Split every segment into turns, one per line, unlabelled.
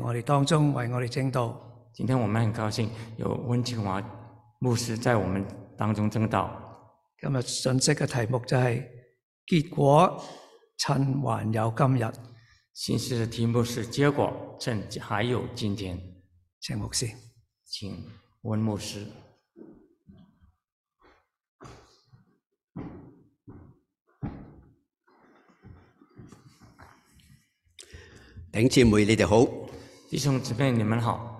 我哋當中為我哋正道。
今天我们很高兴有温清华牧师在我们当中正道。
今日信息嘅題目就係、結果趁還有今日。
信息的题目是“结果趁还有今天
請牧師，”，
请温牧师。
Đỉnh chị mùi, các bạn tốt.
弟兄姊妹，你们好。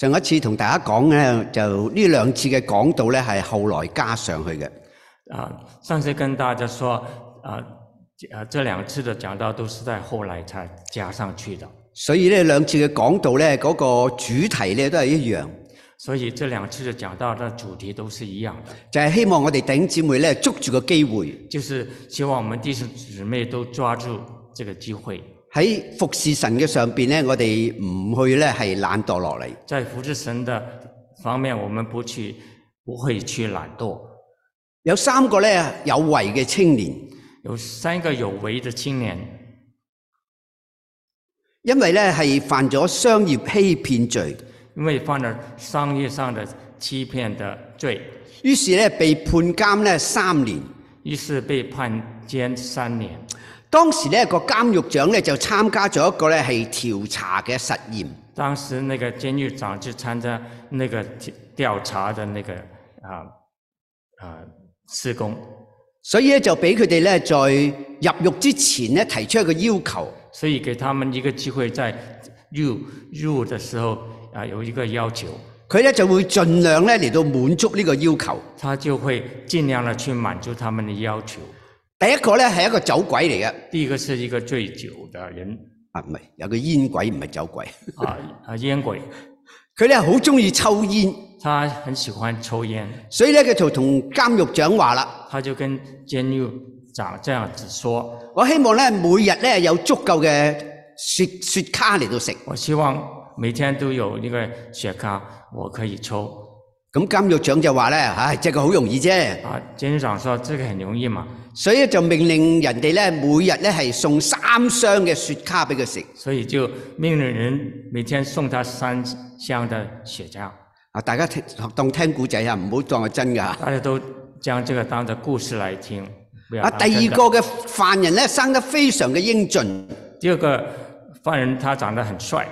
Lần trước tôi đã nói với các bạn, những lần giảng đạo này là sau này tăng lên.
啊、上次跟大家说，啊、啊，这两次的讲道都是在后来才加上去的，
Vì vậy, lần trước giảng đạo này, chủ đề cũng giống nhau.
所以这两次的讲道的主题都是一样的，
Là hy vọng các đỉnh chị mùi nắm được cơ hội
就是希望我们弟兄姊妹都抓住这个机会，
trong phục vụ Chúa. Chúng ta không lảng đảng落嚟。
在服侍神的方面，我们不去不会去懒惰。
Có ba người có为嘅青年，
有三个有为的青年，
因为咧系犯咗商业欺骗罪，
因为犯了商业上的欺骗的罪，
于是咧被判监咧三年。
于是被判监三年。
當時咧個監獄長咧就參加咗一個咧係調查嘅實驗，
当时那个监狱长去参加那个调调查的那个啊啊施工，
所以咧就俾佢哋咧在入獄之前咧提出一個要求，
所以给他们一个机会，在入入的时候啊有一个要求，
佢咧就會盡量咧嚟到滿足呢個要求。
他就会尽量的去满足他们的要求。
第一個咧係一個酒鬼嚟嘅，
第一个是一个醉酒的人
啊唔係有個煙鬼唔係酒鬼，
啊啊烟鬼，
佢咧好中意抽煙，
他很喜欢抽烟，
所以咧佢就同監獄長話啦：
他就跟监狱长这样子说
我希望咧每日咧有足夠嘅雪雪卡嚟到食。：“
我希望每天都有一个雪咖，我可以抽。”
咁監獄長就話咧：唉，即係佢好容易啫。
啊，监狱长说这个很容易嘛，
所以就命令人哋咧，每日咧係送三箱嘅雪卡俾佢食。
所以就命令人每天送他三箱的雪茄。
啊，大家聽當聽古仔啊，唔好當係真㗎。
大家都将这个当作故事来听，不要
啊，
当
第
真
二
的
個嘅犯人咧生得非常嘅英俊，
第二个犯人他长得很帅，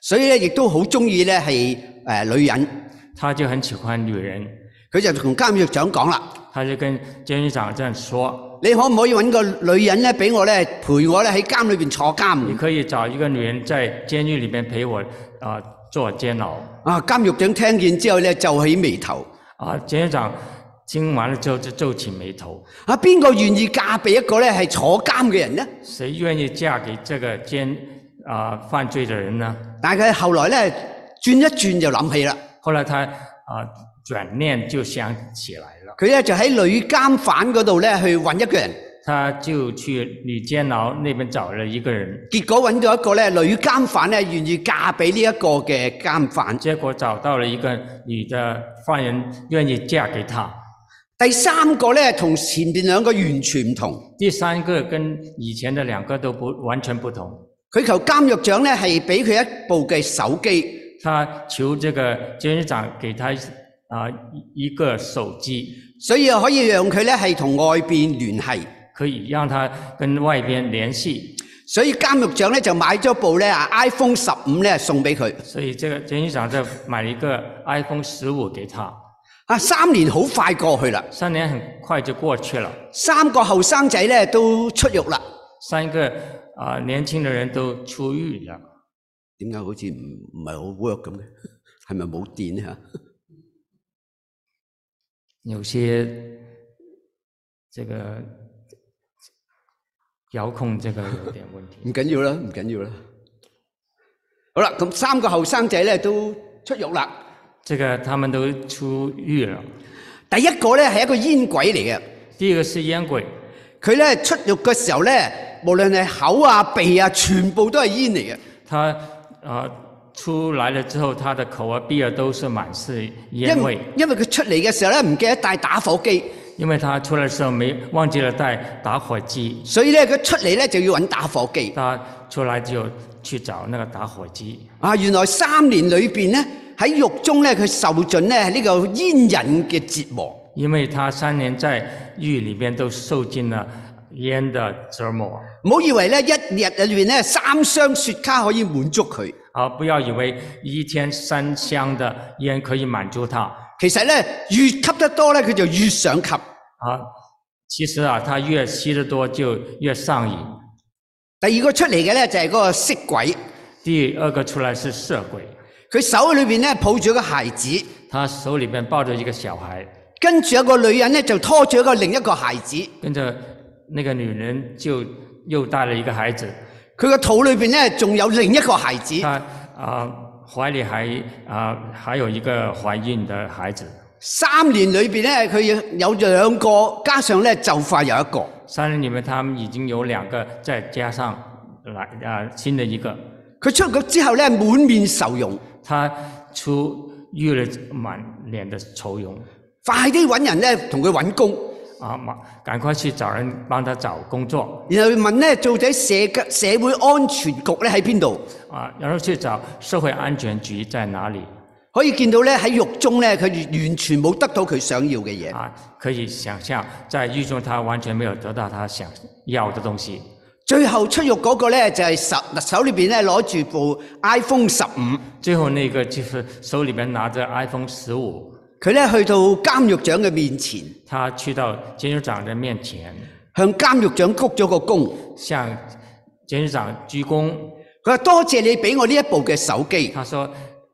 所以咧亦都好中意咧係誒女人。
他就很喜歡女人，
佢就同監獄長講啦：，
他就跟监狱長这样说：
你可唔可以揾個女人咧俾我咧陪我咧喺監裏邊坐
你
監？
可以找一个女人在监狱里面陪我啊、做监牢
啊，監獄長聽見之後咧皺起眉頭。
啊。监狱长听完了之后就皱起眉头，
啊，邊個願意嫁俾一個咧係坐監嘅人呢？
谁愿意嫁给这个监啊、犯罪的人呢？
但係佢後來咧轉一轉就諗起啦。
后来他啊、转念就想起来了，
佢咧就喺女監犯嗰度咧去揾一個人，
他就去女监牢那边找了一个人，
結果揾到一個咧女監犯咧願意嫁俾呢一個嘅監犯。
结果找到了一个女的犯人愿意嫁给他。
第三個咧同前面兩個完全唔同，
第三个跟以前的两个都不完全不同，
佢求監獄長咧係俾佢一部嘅手機，
他求这个监狱长给他啊、一一个手机，
所以可以讓佢咧係同外邊聯繫。
可以让他跟外边联系。
所以監獄長咧就買咗部咧啊 iPhone 十五咧送俾佢。
所以这个监狱长就买了一个 iPhone 十五给他。
啊，三年好快過去啦，
三年很快就过去了。
三個後生仔咧都出獄啦。
三个啊、年轻的人都出狱了，
點解好似唔唔係好 work 咁嘅？係咪冇電啊？
有些这个遥控这个有点问题。
唔緊要啦，唔緊要啦。好啦，咁三個後生仔咧都出獄啦。
这个他们都出狱了。
第一個咧係一個煙鬼嚟嘅，
第一个是烟鬼，
佢咧出獄嘅時候咧，無論係口啊、鼻啊，全部都係煙嚟嘅。
他啊、出来了之后，他的口啊、鼻啊都是满是烟
因
味，
因為佢出嚟嘅時候咧，唔記得帶打火機，
因为他出来的时候没忘记了带打火机，
所以咧佢出嚟咧就要揾打火機。
他出来就去找那个打火机。
啊，原來三年裏邊咧，喺獄中咧，佢受盡咧呢個煙癮嘅折磨。
因为他三年在狱里边都受尽了烟的折磨。
唔好以為咧一日裏邊咧三箱雪茄可以滿足佢，
啊，不要以为一天三箱的烟可以满足他
其實咧越吸得多咧，佢就越想吸。
啊。其实啊，他越吸得多就越上瘾。
第二個出嚟嘅咧就係嗰個色鬼，
第二个出来是色鬼，
佢手裏邊咧抱住一個孩子，
他手里边抱着一个小孩，
跟住有個女人咧就拖住一個另一個孩子，
跟着那个女人就又带了一个孩子，
佢個肚裏邊咧仲有另一個孩子。
他啊怀里还啊还有一个怀孕的孩子。
三年裏邊咧佢有兩個，加上咧就快有一個。
三人里面他们已经有两个，再加上来啊新的一个，
佢出獄之後咧滿面愁容。
他出狱了满脸的愁容
快啲揾人咧同佢揾工，
啊，马赶快去找人帮他找工作
然後問咧到底社社會安全局咧喺邊度？
啊，然后去找社会安全局在哪里
可以見到咧喺獄中咧，佢完全冇得到佢想要嘅嘢。
啊？可以想象，在狱中他完全没有得到他想要的东西。
最後出獄嗰個咧就係手手裏邊咧攞住部 iPhone 十五，
最后那个就是手里面拿着 iPhone 十五，
佢咧去到監獄長嘅面前，
他去到监狱长的面前，
向監獄長鞠咗個躬。
向监狱长鞠躬，
佢話：多謝你俾我呢一部嘅手機，
他说：“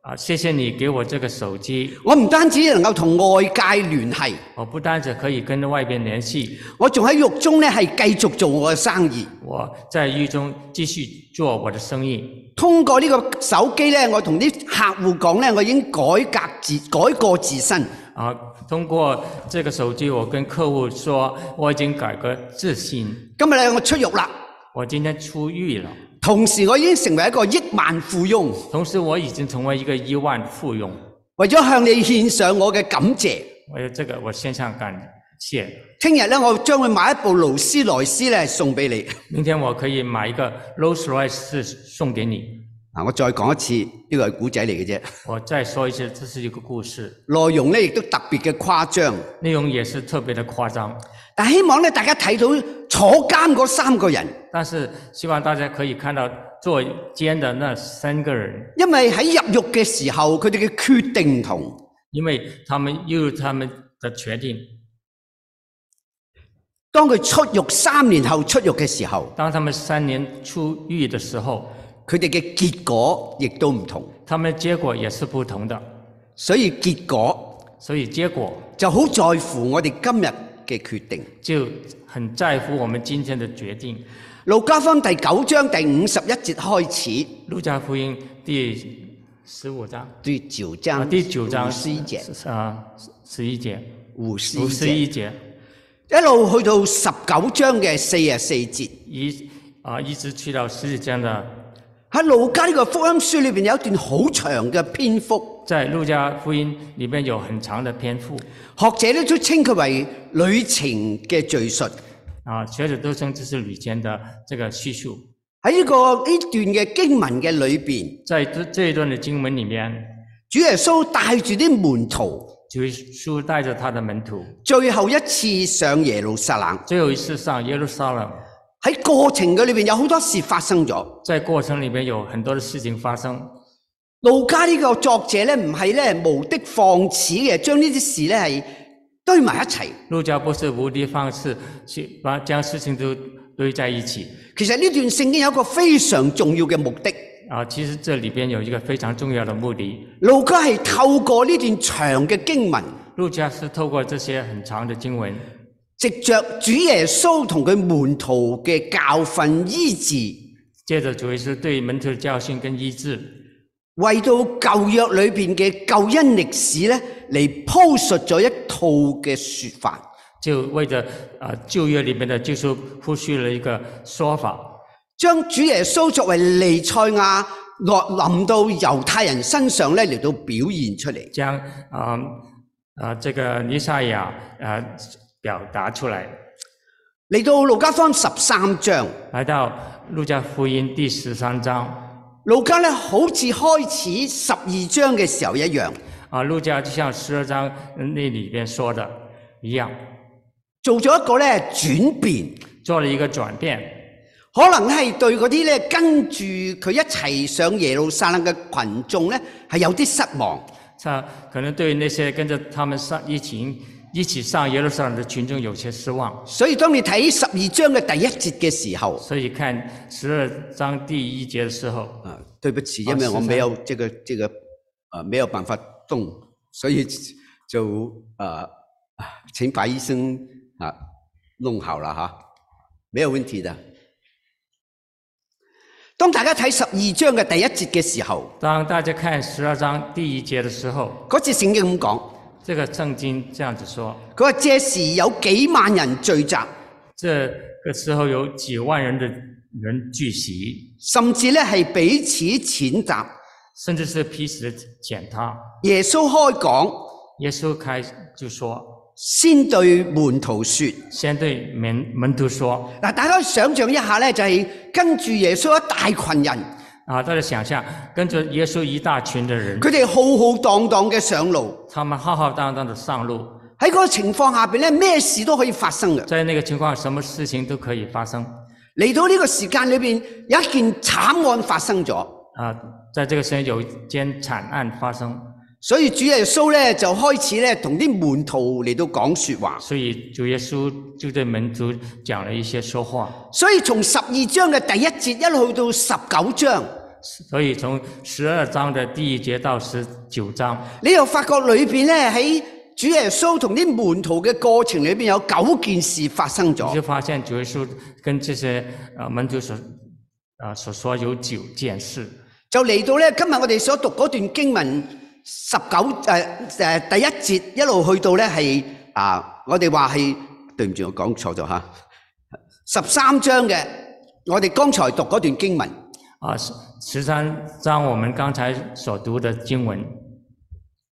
啊，谢谢你给我这个手机，
我唔單止能夠同外界聯繫，
我不单只可以跟外边联系，
我仲喺獄中咧係繼續做我嘅生意。
我在狱中继续做我的生意。
通過呢個手機呢，我同啲客戶講呢，我已經改革自改過自身，
啊，通过这个手机，我跟客户说我已经改革自新，
今日呢，我出獄啦，
我今天出狱了，
同時我已經成為一個億萬富翁。
同时我已经成为一个亿万富翁。
為咗向你獻上我嘅感謝，
我有这个，我线上感谢。
聽日呢，我將會買一部勞斯萊斯呢送俾你。
明天我可以买一个 Rolls Royce 送给你。
嗱，我再講一次，呢個係古仔嚟嘅啫，
我再说一次，这是一个故事，
內容呢亦都特別嘅誇張。
内容也是特别的夸张。”
但希望呢，大家睇到坐監嗰三個人，
但是希望大家可以看到坐监的那三个人，
因為喺入獄嘅時候，佢哋嘅決定唔同。
因为他们又有他们的决定。
當佢出獄三年後出獄嘅時候，
当他们三年出狱的时候，
佢哋嘅結果亦都唔同，
他们的结果也是不同的，
所以結果
所以结果
就好在乎我哋今日嘅決定。
就很在乎我们今天的决定。
路加福音第九章第五十一節開始，
路加福音第十五章
對九
啊，
章
第九章
五十一節，
啊，十一节，
五十一
五哦十一
節，
节，
一路去到十九章嘅四十四節。
一啊一直去到十几章的
喺路加呢個福音書裏邊有一段好長嘅篇幅，
在路加福音里面有很长的篇幅
學者咧都稱佢為旅程嘅敘述。
啊，学者都称这是旅间的这个叙述。
喺呢、個呢段嘅經文嘅裏邊，
在这这一段的经文里面，
主耶穌帶住啲門徒。
主耶稣带着他的门徒，
最後一次上耶路撒冷，
最后一次上耶路撒冷，
喺過程嘅裏面有好多事發生咗。
在过程里面有很多的事情发生。
路加呢個作者咧，唔係咧無的放矢嘅，將呢啲事咧係堆埋一齊。
路加不是无的放矢，去把将事情都堆在一起
其實呢段聖經有一個非常重要嘅目的，
啊。其实这里边有一个非常重要的目的，
路加係透過呢段長嘅經文，
路加是透过这些很长的经文，
藉着主耶穌同佢門徒嘅教訓醫治，
借着主耶稣对门徒的教训跟医治，
為到舊約裏面嘅救恩歷史咧嚟鋪述咗一套嘅說法。
就为着啊、呃旧约里面的救赎铺叙了一个说法，
將主耶穌作為尼賽亞落臨到猶太人身上咧嚟到表現出嚟。
将啊啊、呃这个尼赛亚啊、呃表达出来。
嚟到路加福音十三章，
来到路加福音第十三章，
路加咧好似開始十二章嘅時候一樣，
啊，路加就像十二章那里边说的一样，
做咗一個咧轉變，
做了一个转变。
可能係對嗰啲咧跟住佢一齊上耶路撒冷嘅群眾咧係有啲失望。
他可能对那些跟着他们上一起一起上耶路撒冷的群众有些失望，
所以當你睇十二章嘅第一節嘅時候，
所以看十二章第一节的时候，
啊，對不起，因為我沒有這個這個呃沒有辦法動，所以就呃啊請白醫生啊弄好了哈，沒有問題的。當大家睇十二章嘅第一節嘅時候，
当大家看十二章第一节的时候，
嗰節聖經咁講，
这个圣经这样子说：
佢話這時有幾萬人聚集，
这个时候有几万人的人聚集，
甚至咧係彼此踐踏。
甚至是彼此践踏。
耶穌開講，
耶稣开就说，
先對門徒說。
先对门门徒说
嗱，大家可以想象一下咧，就係跟住耶穌一大群人，
啊，大家想象跟着耶稣一大群的人，
佢哋浩浩蕩蕩嘅上路。
他们浩浩荡荡的上路，
喺嗰個情況下邊咧，咩事都可以發生嘅。
在那个情况，什么事情都可以发生
嚟到呢個時間裏邊，有一件慘案發生咗，
啊。在这个时间有一件惨案发生，
所以主耶穌咧就開始咧同啲門徒嚟到講説話。
所以主耶稣就对门徒讲了一些说话。
所以從十二章嘅第一節一路去到十九章，
所以从十二章的第一节到十九章，
你又發覺裏邊咧喺主耶穌同啲門徒嘅過程裏邊有九件事發生
你
咗
就。发现主耶稣跟这些呃门徒所啊、所说有九件事，
就嚟到咧，今日我哋所讀嗰段經文十九诶诶第一節一路去到咧係啊，我哋話係對唔住，我講錯咗吓，十三章嘅，我哋剛才讀嗰段經文，
啊，十十三章我们刚才所读的经文，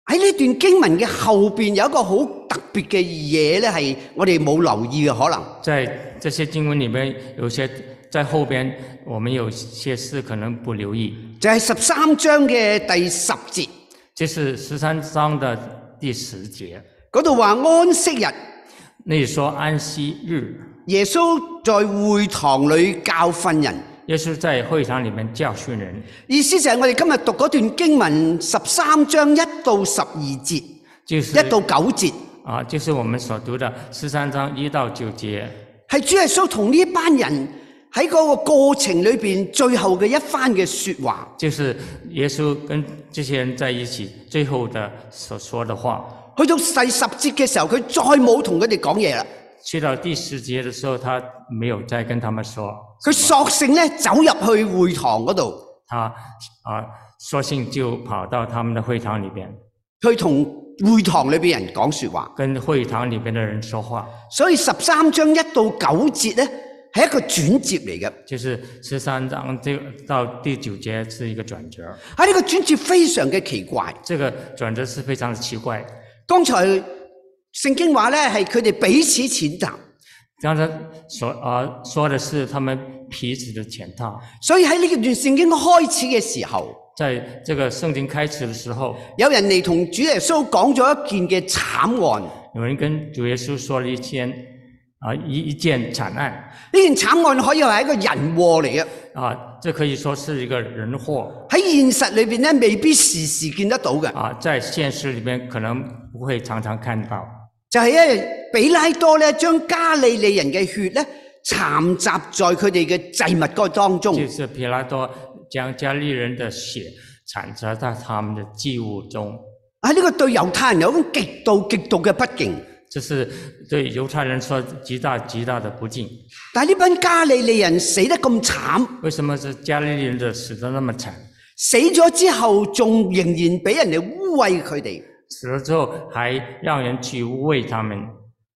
喺呢段經文嘅後边有一個好特別嘅嘢咧，係我哋冇留意嘅可能。
在这些经文里面，有些在后边我们有些事可能不留意，
就係十三章嘅第十節
这是十三章的第十节，
嗰度話安息日，
那里说安息日，
耶穌在會堂裏教訓人。
耶稣在会堂里面教训人，
意思就係我哋今日讀嗰段經文十三章一到十二節，一
就是
到九節，
啊，就是我们所读的十三章一到九节，
係主耶穌同呢班人喺嗰個過程裏面最後嘅一番嘅说話。
就是耶稣跟这些人在一起最后的所说的话。
去到第十節嘅時候，佢再冇同佢哋講嘢啦，
去到第十节的时候，他没有再跟他们说，
佢索性咧走入去會堂嗰度，
他啊索性就跑到他们的会堂里边，
去同會堂裏面人講说話。
跟会堂里边的人说话。
所以十三章一到九節咧係一個轉折嚟嘅。
就是十三章这个到第九节是一个转折，
啊喺呢個轉折非常嘅奇怪。
这个转折是非常的奇怪。
剛才聖經話咧係佢哋彼此踐踏。
刚才所啊、说的是他们彼此的践踏，
所以喺呢段聖經開始嘅時候，
在这个圣经开始的时候，
有人嚟同主耶穌講咗一件嘅慘案。
有人跟主耶稣说了一件啊一一件惨案
呢件慘案可以話係一個人禍嚟嘅，
啊，这可以说是一个人祸
喺現實裏面咧未必時時見得到嘅。
啊，在现实里面可能不会常常看到，
就係咧，比拉多咧將加利利人嘅血咧殘雜在佢哋嘅祭物嗰當中
就。是皮拉多将加利人的血掺杂在他们的祭物中，
喺啊呢個對猶太人有一種極度極度嘅不敬。
这是对犹太人说极大极大的不敬。
但係呢班加利利人死得咁慘，
为什么是加利利人的死得那么惨？
死咗之後仲仍然俾人哋污衊佢哋，
死了之后还让人去污蔑他们，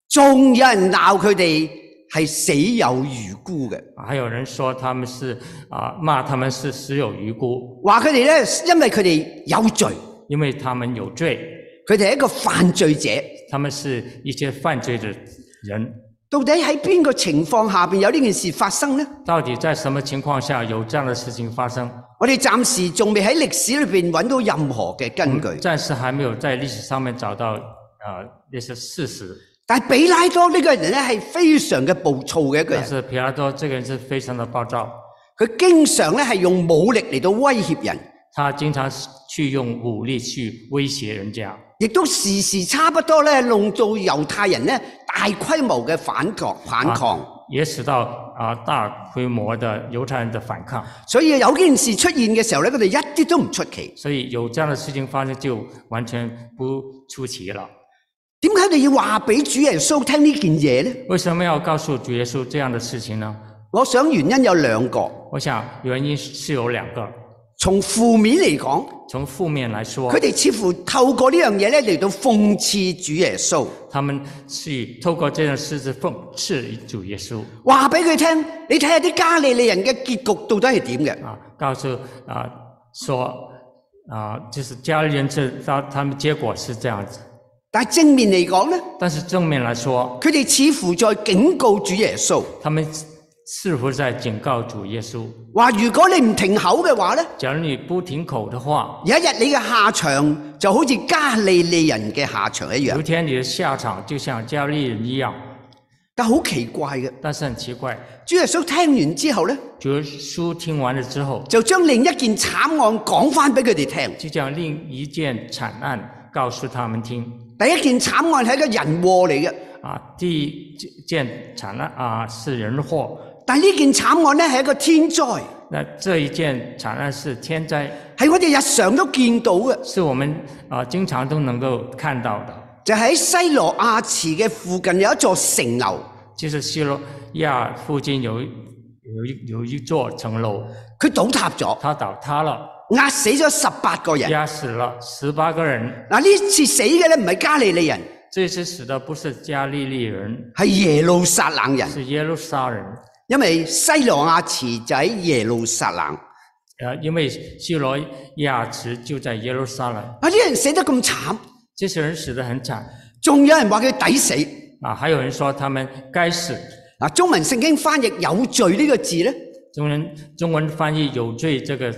仲有人鬧佢哋係死有餘辜嘅。
还有人说他们是啊骂他们是死有余辜。
話佢哋咧，因為佢哋有罪，
因为他们有罪，
佢哋係一個犯罪者。
他们是一些犯罪的人。
到底喺邊個情況下邊有呢件事發生呢？
到底在什么情况下有这样的事情发生？
我哋暫時仲未喺歷史裏邊揾到任何嘅根據，
暂时还没有在历史上面找到呃那些事实。
但係比拉多呢個人咧係非常嘅暴躁嘅一個
但
人，
是皮拉多这个人是非常的暴躁，
佢經常咧係用武力嚟到威脅人，
他经常是去用武力去威胁人家，
亦都時時差不多咧弄到猶太人咧大規模嘅反抗反抗。
也使到啊、大规模的犹太人的反抗。
所以有件事出現嘅時候咧，佢哋一啲都唔出奇。
所以有这样的事情发生，就完全不出奇了。
點解你要話俾主耶穌聽呢件嘢呢？
为什么要告诉主耶稣这样的事情呢？
我想原因有兩個，
我想原因是有两个，
從負面嚟講，
从负面来说
佢，哋似乎透過呢樣嘢咧嚟到諷刺主耶穌，
他们去透过这件事子讽刺主耶稣
話俾佢聽，你睇下啲加利利人嘅結局到底係點嘅？
啊，告诉啊说啊，就是家里人这他他们结果是这样子，
但係正面嚟講呢，
但是正面来说，
佢哋似乎在警告主耶穌，
他们似乎在警告主耶稣：
話如果你唔停口嘅話呢，
假如你不停口的话，
有一日你嘅下場就好似加利利人嘅下場一
有一
樣。
天你的下场就像加利人一样。
但好奇怪嘅，
但是很奇怪，
主耶穌聽完之後呢。
主耶稣听完了之后，
就將另一件慘案講翻俾佢哋聽。
就将另一件惨案告诉他们听。
第一件慘案係一個人禍嚟嘅，
啊，第一件惨案啊是人祸，
但呢件慘案咧係一個天災，
那这一件惨案是天灾，
係我哋日常都見到嘅，
是我们啊经常都能够看到的，
就喺西羅亞池嘅附近有一座城樓，
就是希罗亚附近有一有一有一座城楼，
佢倒塌咗，
它倒塌了，
壓死咗十八個人。
压死了十八个人。
嗱呢次死嘅咧唔係加利利人，
这次死的不是加利利人，
係耶路撒冷人，
是耶路撒人。
因為西羅亞池就喺耶路撒冷。啊
呃，因为希罗亚池就在耶路撒冷，
啊啲人死得咁慘，
这些人死得很惨
仲有人話佢抵死。
啊！还有人说他们该死。
嗱中文聖經翻譯有罪呢個字咧。
中文中文翻译“有罪”这个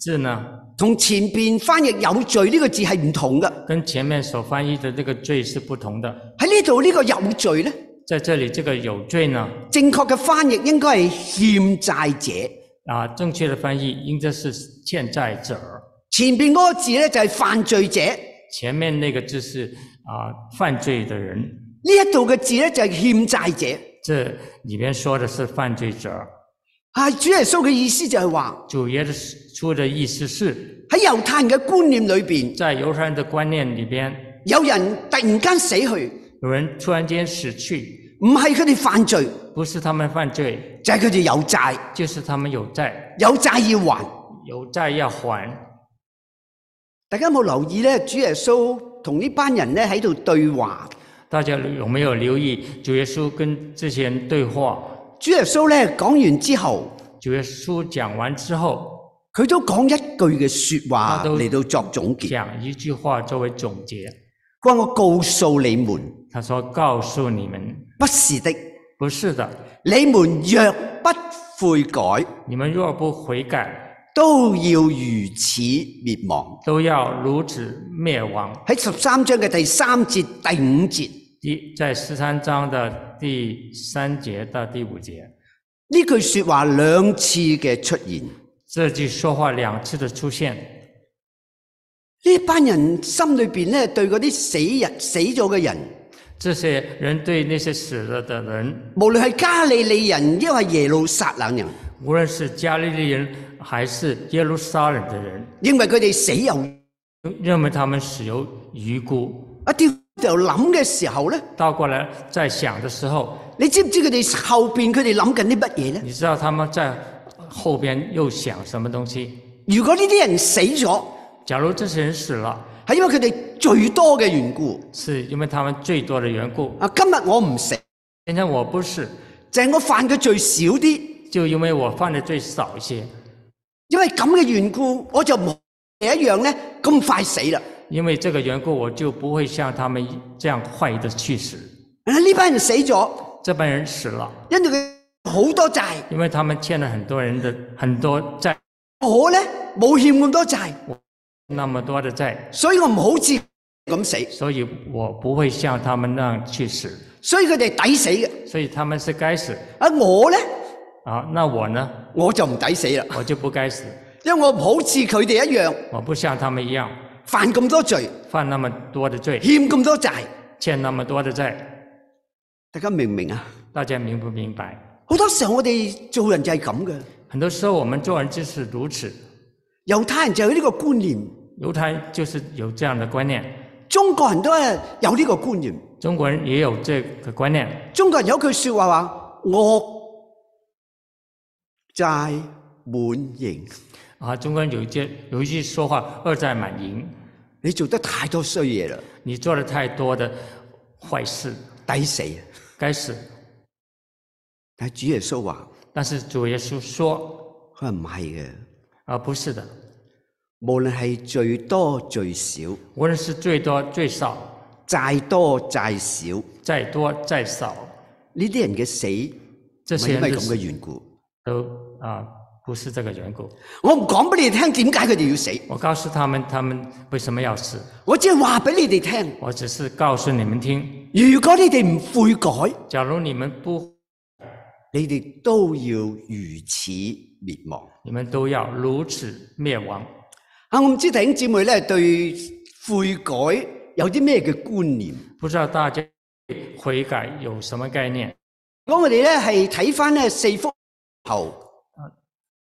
字呢，
同前面翻譯有罪呢個字係唔同嘅。
跟前面所翻译的这个“罪”是不同的。
喺呢度呢個有罪呢，
在这里，这个“有罪”呢，
正確嘅翻譯應該係欠債者。
啊，正确的翻译应该是欠债者。
前面嗰個字呢，就係犯罪者，呢
前面那个字是啊，犯罪的人。
一度嘅字呢，就係欠債者。
这里面说的是犯罪者。
啊，主耶穌嘅意思就係話
主耶稣的意思是
喺猶太人嘅觀念裏面，
在犹太人的观念里边，
有人突然間死去，
有人突然间死去，
唔係佢哋犯罪，
不是他们犯罪，
就係佢哋有債，
就是他们有债，
有債要還。
有债要还。
大家有冇留意呢？主耶穌同呢班人呢喺度對話。
大家有没有留意主耶稣跟这些人对话？
主耶穌呢講完之後。
主耶稣讲完之后，
佢都講一句嘅说話
他都
嚟到作總結。
讲一句话作为总结，
佢話：我告訴你們，
他说：“告诉你们，
不是的，
不是的，
你們若不悔改，
你们若不悔改，
都要如此滅亡。
都要如此灭亡。
喺十三章嘅第三節、第五節
第”在十三章的第三节到第五节，
呢句说話兩次嘅出現。
这句说话两次的出现，
呢班人心裏边咧對嗰啲死人死咗嘅人，
这些人对那些死了的人，
無論係加利利人，抑或耶路撒冷人，
无论是加利利人还是耶路撒冷的人，
認為佢哋死有
认为他们死有余辜。
一啲就諗嘅時候咧，
倒过来在想的时候，
你知唔知佢哋後边佢哋諗緊啲乜嘢咧？
你知道他们在后边又想什么东西？
如果呢啲人死咗，
假如这些人死了，
係因為佢哋最多嘅緣故。
是因为他们罪多的缘故。
啊，今日我唔死，
今天我不是，
就係我犯嘅罪少啲，
就因为我犯的罪少一些，
因為咁嘅緣故，我就唔一樣咧咁快死啦。
因为这个缘故，我就不会像他们这样快的去死。
啊呢班人死咗，
这帮人死了，
因為佢好多債，
因为他们欠了很多人的很多债，
我咧冇欠咁多債，
那么多的债，
所以我唔好似咁死，
所以我不会像他们那样去死，
所以佢哋抵死嘅。
所以他们是该死
啊，我咧
啊。那我呢，
我就唔抵死啦，
我就不该死，
因為我唔好似佢哋一樣
我不像他们一样
犯咁多罪，
犯那么多的罪，
欠咁多債。
欠那么多的债。
大家明唔明啊？
大家明不明白？
好多時候我哋做人就係咁嘅，
很多时候我们做人就是如此。
猶太人就有呢個觀念，
犹太就是有这样的观念，
中國人都係有呢個觀念。
中国人也有这个观念。
中國人有一句说話話：惡債滿盈，
啊，中国人有一句有一句说话“恶债满盈
你做得太多衰嘢啦，”，
你做了太多的坏事，
抵死啊！
该死。
但係主耶穌話：
但是主耶稣说，
佢話唔係嘅，
啊，不是的，
無論係罪多罪少，
无论是最多最少，
債多債少，
再多再少，
呢啲人嘅死
這
唔
些
係
人
因為
嘅
咁
死
嘅緣故。
都啊不是这个缘故。
我唔講俾你哋聽點解佢哋要死，
我告诉他们，他们为什么要死，
我只係話俾你哋聽。
我只是告诉你们听。
如果你哋唔悔改，
假如你们不，
你哋都要如此滅亡。
你们都要如此灭亡。
啊，我唔知弟兄姊妹咧對悔改有啲咩嘅觀念。
不知道大家对悔改有什么概念？
如果我哋咧係睇翻咧四福後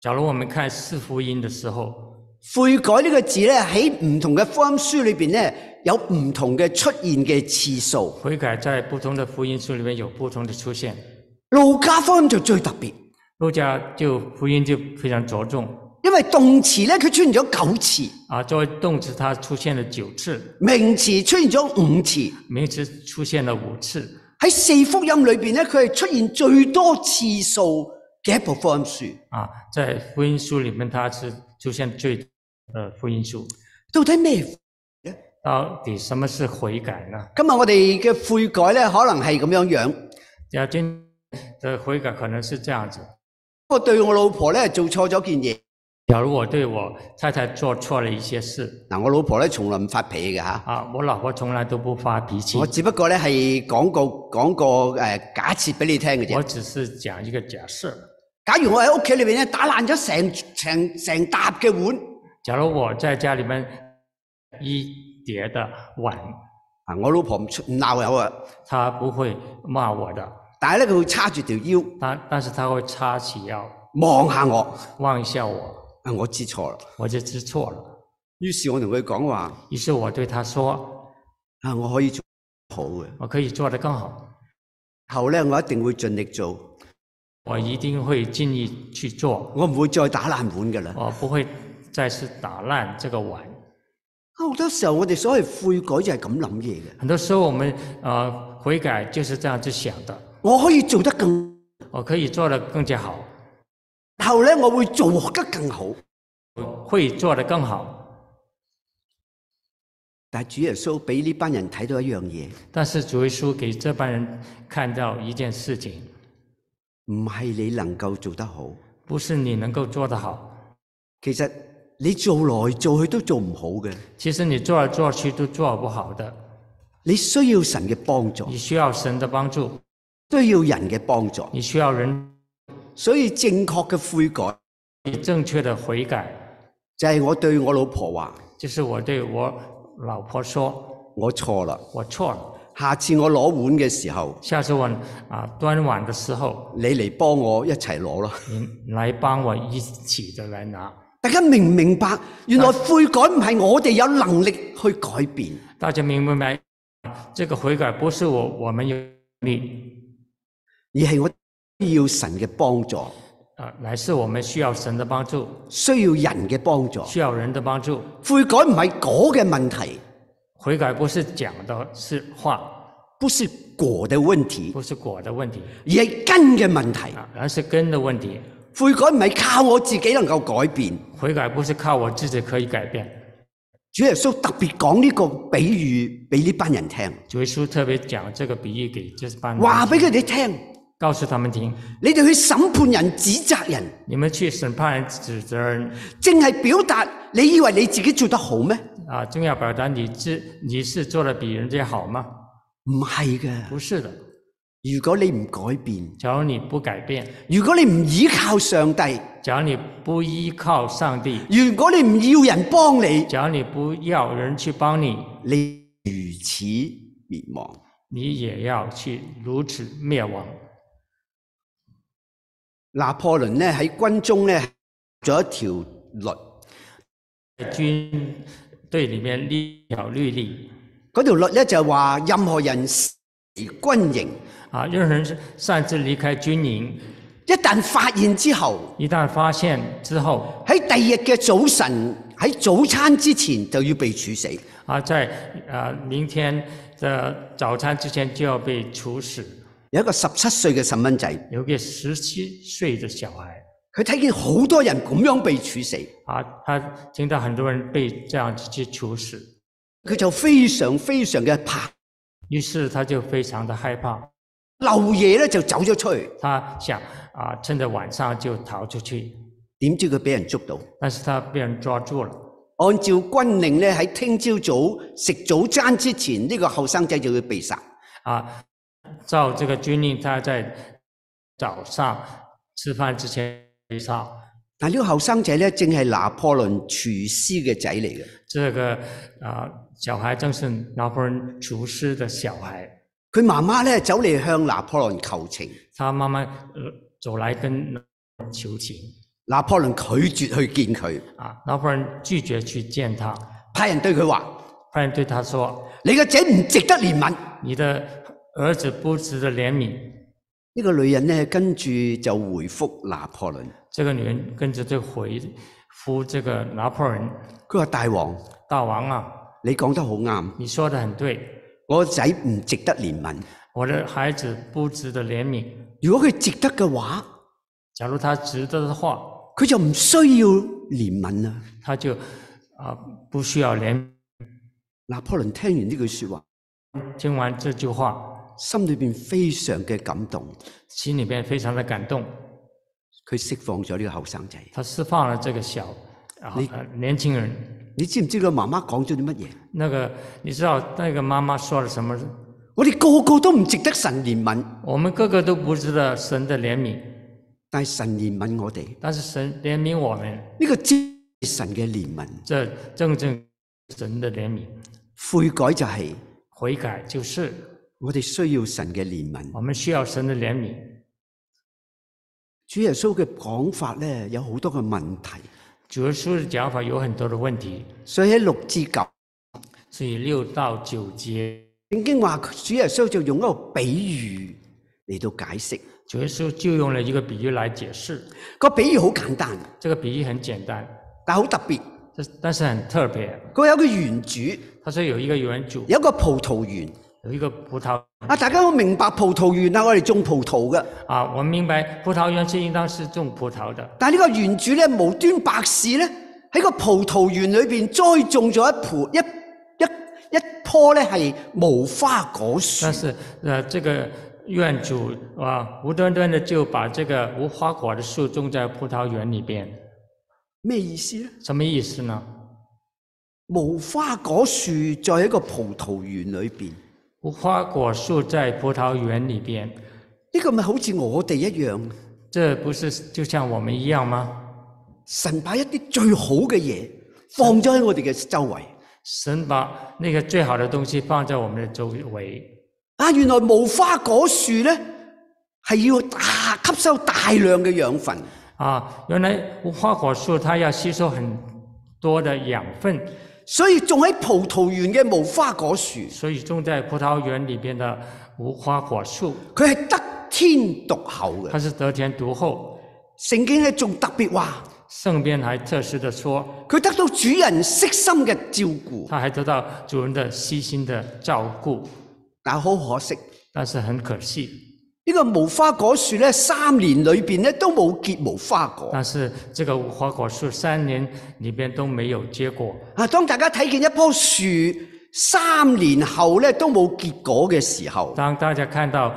假如我们看四福音的时候，
悔改呢個字咧喺唔同嘅福音書裏邊咧有唔同嘅出現嘅次數。
悔改在不同的福音书里面有不同的出现。
路加福音就最特別，
路加就福音就非常着重
因為動詞咧佢出現咗九次，
啊，作为动词它出现了九次，
名詞出現咗五次。
名词出现了五次。
喺四福音裏邊咧，佢係出現最多次數嘅一部福音書。
啊，在福音书里面它是出现最多的福音书。
到底咩？
到底什么是悔改呢？
今日我哋嘅悔改咧，可能係咁樣樣。
要今的悔改可能是这样子：
我對我老婆咧做錯咗件嘢，
假如我对我太太做错了一些事
嗱我老婆咧從來唔發脾氣嘅吓，
啊，我老婆从来都不发脾气
我，只不過咧係講個講個誒假設俾你聽嘅
我
啫。
只是讲一个假设。
假如我喺屋企裏邊咧打爛咗成成成沓嘅碗，
假如我在家里面一叠的碗，
啊我老婆唔出唔鬧我啊，
她不会骂我的，
但係咧佢會叉住條腰
但但是她会插起腰
望下我，
望一下我，
啊我知錯啦。
我就知错了。
於是我同佢講話
于是我對她说
啊我可以做好嘅，：“
我可以做得更好，
後咧我一定會盡力做，
我一定会尽力去做，
我唔會再打爛碗㗎啦。
我不会再次打烂这个碗。”
啊好多時候我哋所謂悔改就係咁諗嘢嘅，
很多时候我们呃悔改就是这样去想的，
我可以做得更。
我可以做得更加好，
後咧，我會做得更好。
我会做得更好。
但係主耶穌俾呢班人睇到一樣嘢，
但是主耶稣给这班人看到一件事情，
唔係你能夠做得好，
不是你能够做得好，
其實你做來做去都做唔好嘅。
其实你做来做去都做不好的，
你需要神嘅幫助，
你需要神的帮助，
需要人嘅幫助，
你需要人
所以正確嘅悔改
正确的悔改。
就係我對我老婆話：
就是我对我老婆说，
我錯啦，
我错了，
下次我攞碗嘅時候，
下次我啊端碗的时候，
你嚟幫我一齊攞啦。
你来帮我一起的来拿。
大家明唔明白？原來悔改唔係我哋有能力去改變，
大家明不明白？这个悔改不是我我们有能力
而係我需要神嘅幫助，
啊，乃是我们需要神的帮助，
需要人嘅幫助。
需要人的帮助。
悔改唔係果嘅問題，
悔改不是讲的是话，
不是果嘅問題，
不是果的问题
而係根嘅問題。
啊，而是根的问题。
悔改唔係靠我自己能夠改變。
悔改不是靠我自己可以改变。
主耶穌特別講呢個比喻俾呢班人聽，
主耶稣特别讲这个比喻给这班人
話俾佢哋聽，
告诉他们听：
你哋去審判人、指責人，
你们去审判人、指责人
正係表達你以為你自己做得好咩？
啊，正要表达你自你是做的比人家好吗？
唔係嘅。
不是的，
如果你唔改變，
假如你不改变，
如果你唔依靠上帝，
假如你不依靠上帝，
如果你唔要人幫你，
假如你不要人去帮你，
你如此滅亡。
你也要去如此灭亡。
拿破崙呢喺軍中呢做一條律，
军队里面立一条律例
嗰條律呢就係話任何人離軍營，
啊，任何人擅自离开军营，
一旦發現之後，
一旦发现之后
喺第二日嘅早晨喺早餐之前就要被處死。
啊，在啊明天的早餐之前就要被处死。
有一個十七歲嘅細蚊仔，
有个十七岁的小孩
佢睇見好多人咁樣被處死，
啊，他听到很多人被这样子去处死，
佢就非常非常嘅怕，
于是他就非常的害怕，
漏夜咧就走咗出去。
他想啊，趁着晚上就逃出去，
點知佢俾人捉到？
但是他被人抓住了。
按照軍令咧，喺聽朝早食早餐之前，呢、個後生仔就要被殺。
啊，照这个军令，他在早上吃饭之前被杀。
但呢個後生仔咧，正係拿破崙廚師嘅仔嚟嘅。
这个啊、小孩正是拿破仑厨师的小孩，
佢媽媽咧走嚟向拿破崙求情，
他妈妈呃走来跟拿破仑求情
拿破崙拒絕去見佢，
啊，拿破仑拒绝去见他，
派人對佢話：
派人对他说
你個仔唔值得憐憫。：“
你的儿子不值得怜悯。
呢、個女人咧，跟住就回覆拿破崙，”
这个女人跟着就回复这个拿破仑
佢話：大王，
大王啊，
你講得好啱，
你说的很对，
我個仔唔值得憐憫。
我的孩子不值得怜悯。
如果佢值得嘅話，
假如他值得的话，
佢就唔需要憐憫啦。
他就啊、不需要怜。
拿破崙聽完呢句说話，
听完这句话，
心裏面非常嘅感動，
心里面非常的感动，
佢釋放咗呢個後生仔。
他释放了这个小啊、呃年轻人。
你知唔知佢媽媽講咗啲乜嘢？
那个你知道那个妈妈说了什么？
我哋個個都唔值得神憐憫，
我们个个都不知道神的怜悯，
但係神憐憫我哋，呢、
但是神怜悯我们，
個正係神嘅憐憫。
这正正是神的怜悯。
悔改就係
悔改就是
我哋需要神嘅憐憫。
我们需要神的怜悯。
主耶穌嘅講法咧有好多嘅問題，
主耶稣的讲法有很多的问题，
所以喺六至九
所以六到九节
聖經話，主耶穌就用一個比喻嚟到解釋。
主耶稣就用了一个比喻来解释，
個比喻好簡單，
这个比喻很简单，
但好特別。
但但是很特别。
佢有個園主，
他说有一个园主，
有一個葡萄園。
有一个葡萄
啊，大家好明白葡萄園啊，我哋種葡萄嘅。
啊，我们明白葡萄园是应当是种葡萄的，
但係呢個園主咧無端白事咧，喺個葡萄園裏邊栽種咗一盆一一一棵咧係無花果樹
但。是呃，这个院主啊，无端端的就把这个无花果的树种在葡萄园里边，
咩意思咧？
什么意思呢？
無花果樹在喺個葡萄園裏邊，呢、
无花果树在葡萄园里边，
個咪好似我哋一樣。
这不是就像我们一样吗？
神把一啲最好嘅嘢放咗喺我哋嘅周圍。
神把那个最好的东西放在我们的周围，
啊，原來無花果樹咧係要大吸收大量嘅養分。
啊，原来无花果树它要吸收很多的养分，
所以種喺葡萄園嘅無花果樹，
所以种在葡萄园里边的无花果树，
佢係得天獨厚嘅
它。是得天独厚。
聖經咧仲特別話，
圣边还特殊的说，
佢得到主人悉心嘅照顧。
它还得到主人的悉心的照顾，
但好可惜，呢、
但是很可惜。
個無花果樹咧三年裏面咧都冇結無花果。
但是这个无花果树三年里边都没有结果。
啊，當大家睇見一棵樹三年後咧都冇結果嘅時候，
当大家看到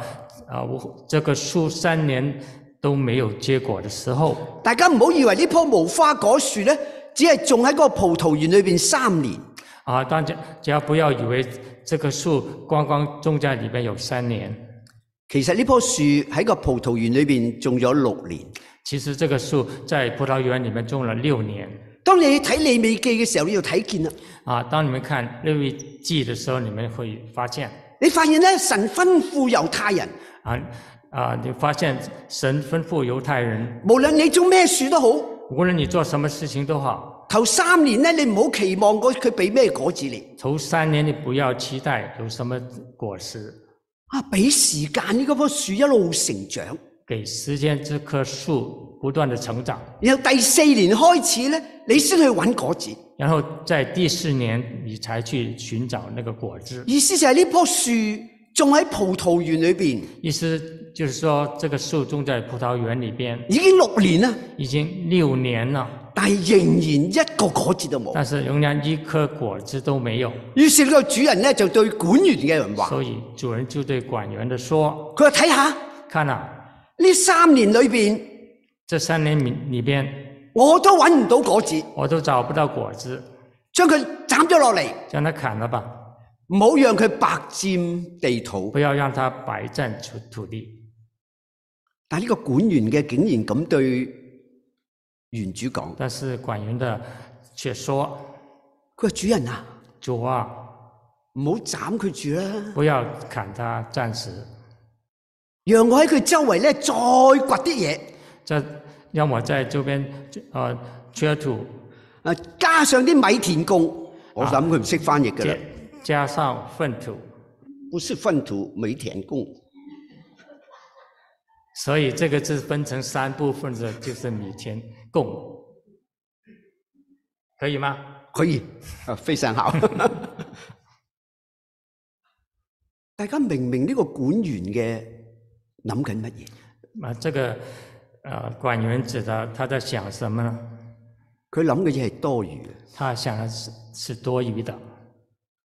啊，我这个树三年都没有结果的时候，
大家唔好以為呢棵無花果樹呢，只係種喺個葡萄園裏面三年。
啊，大家只要不要以为这棵树光光种在里面有三年，
其實呢棵樹喺個葡萄園裏面種咗六年。
其实这个树在葡萄园里面种了六年。
當你睇利未記嘅時候，你就睇見啦。
啊，当你们看六一记的时候，你们会发现
你發現呢，神吩咐猶太人，
啊啊，你发现神吩咐犹太人，
無論你種咩樹都好，
无论你做什么事情都好，
頭三年呢，你唔好期望嗰佢俾咩果子你。
头三年你不要期待有什么果实，
啊，俾時間呢嗰棵樹一路成長，
给时间这棵树不断的成长，
然後第四年開始呢，你先去揾果子。
然后在第四年你才去寻找那个果子。
意思就係呢棵樹種喺葡萄園裏面
意思就是说，这个树种在葡萄园里边
已經六年啦，
已经六年了，
但係仍然一個果子都冇。
但是仍然一颗果子都没有。
於是呢個主人呢，就對管園嘅人話：
所以主人就对管园的说
佢話睇下：“
看啊，
呢三年裏面，
这三年里里边，
我都揾唔到果子，
我都找不到果子，
將佢斬咗落嚟，
将它砍了吧，
唔好讓佢白佔地土。
不要让它白占土土地。”
但呢個管園嘅竟然咁對園主講：
但是管园的却说
佢話主人啊，：“
主啊，
唔好斬佢住啦，
不要砍它，暂时，
讓我喺佢周圍呢，再掘啲嘢，
这让我在周边呃缺土，
啊加上啲米田共。我諗佢唔識翻譯㗎啦
加。加上粪土。”
不是粪土煤田共，
所以这个字分成三部分的，就是米田共，可以吗？
可以，啊非常好。 大家明唔明呢個管員嘅諗緊乜嘢？
啊，这个呃，管员指的他在想什么呢？
佢諗嘅嘢係多餘嘅。
他想的是是多余的。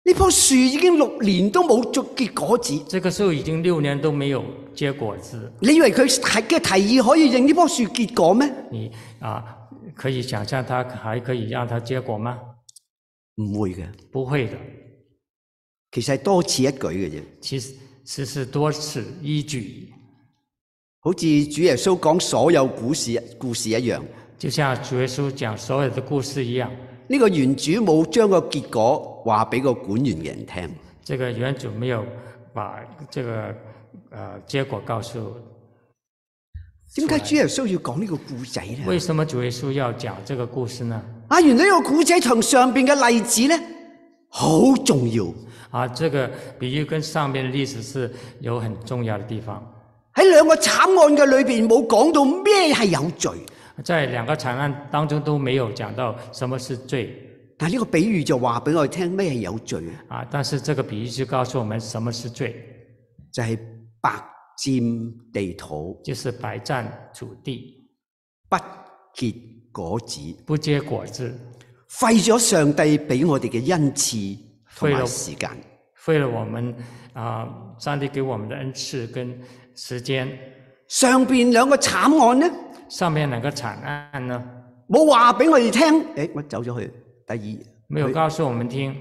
呢棵樹已經六年都冇逐結果子，
这个树已经六年都没有结果子，
你以為佢提嘅提議可以令呢棵樹結果咩？
你啊，可以想象它还可以让它结果吗？
唔會嘅，
不会的，
其實係多此一舉嘅啫。
其实实是多此一举，
好似主耶穌講所有故事故事一樣，呢、
就像主耶稣讲所有的故事一样。
個園主冇將個結果話俾個管員嘅人聽。
这个原主没有把这个呃结果告诉，
點解主耶穌要講呢個故仔呢？
为什么主耶稣要讲这个故事呢？
啊，原來呢個古仔同上邊嘅例子呢，好重要。
啊，这个比喻跟上面的历史是有很重要的地方。
喺兩個慘案嘅裏邊冇講到咩係有罪，
在两个惨案当中都没有讲到什么是罪
但呢個比喻就話俾我哋聽咩係有罪啊？
啊，但是这个比喻就告诉我们什么是罪，
就係、白佔地土，
就是白占土地，
不結果子，
不结果子，
廢咗上帝俾我哋嘅恩賜同
廢
埋
咗
時間。
为了我们啊、上帝给我们的恩赐跟时间。
上邊兩個慘案呢，
上面两个惨案呢，
冇話俾我哋聽。誒、我走咗去第二。
没有告诉我们听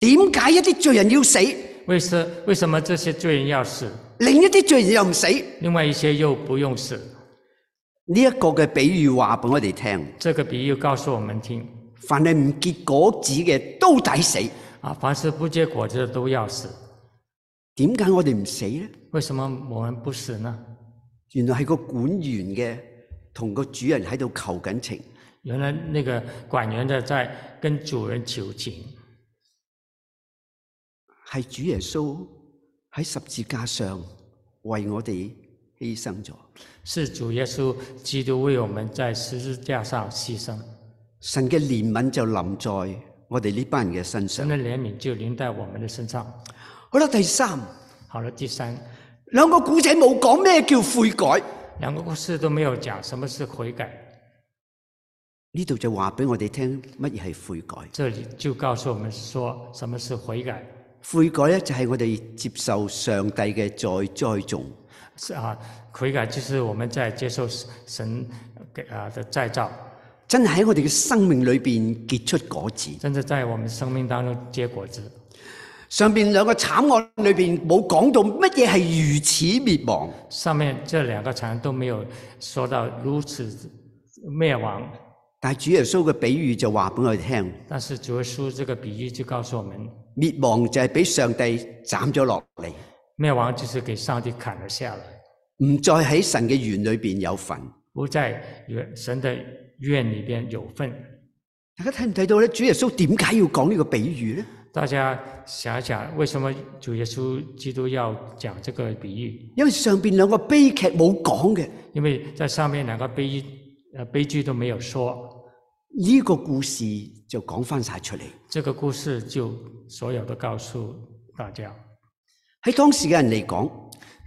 點解一啲罪人要死，
为什为什么这些罪人要死，
另一啲罪人又唔死？呢、
另外一些又不用死？
一個嘅比喻話俾我哋聽。
这个比喻告诉我们听
凡係唔結果子嘅都抵死。
啊，凡是不结果子的都要死。
點解我哋唔死呢？
为什么我们不死呢？
原來係個管員嘅同個主人喺度求緊情。
原来那个管员的在跟主人求情，
係主耶穌喺十字架上為我哋犧牲咗。
是主耶稣基督为我们在十字架上牺牲，
神嘅憐憫就臨在我哋呢班人嘅身
神
上。
的怜悯就临在我们的身上。
好啦，第三
好了，第三，
兩個古仔冇講咩叫悔改，
两个故事都没有讲什么是悔改，
呢度就話俾我哋聽乜嘢係悔改。
这里就告诉我们说什么是悔改。
悔改咧就係我哋接受上帝嘅再栽種。
是啊，悔改就是我们在接受神给啊的再造，
真係喺我哋嘅生命裏邊結出果子。
真的在我们生命当中结果子。
上邊兩個慘案裏邊冇講到乜嘢係如此滅亡，
上面这两个常都没有说到如此灭亡，
但係主耶穌嘅比喻就話俾我哋聽，
但是主耶稣这个比喻就告诉我们，
滅亡就係俾上帝斬咗落嚟，
灭亡就是给上帝砍了下来，
唔再喺神嘅園裏邊有份。
不在原神的愿里边有份。
大家睇唔睇到咧？主耶穌點解要講呢個比喻咧？
大家想一想，为什么主耶稣基督要讲这个比喻？
因為上邊兩個悲劇冇講嘅，
因为在上面两个悲剧呃悲剧都没有说，
呢、個故事就講翻晒出嚟。
这个故事就所有的告诉大家。
喺當時嘅人嚟講，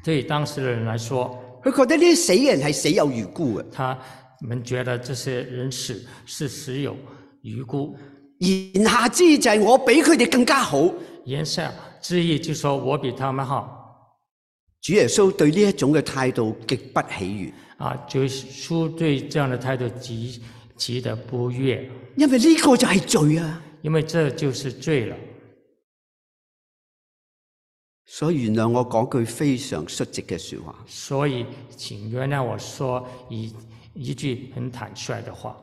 对于当时的人来说，
佢覺得呢啲死嘅人係死有餘辜嘅。
他们觉得这些人死是死有余辜，
言下之意就係我比佢哋更加好。
言下之意就说我比他们好
主耶穌對呢一種嘅態度極不喜悅，
啊。主耶稣对这样的态度极极的不悦，
因為呢個就係罪啊！
因为这就是罪了。
所以原諒我講句非常率直嘅说話，
所以，请原谅我说一一句很坦率的话：，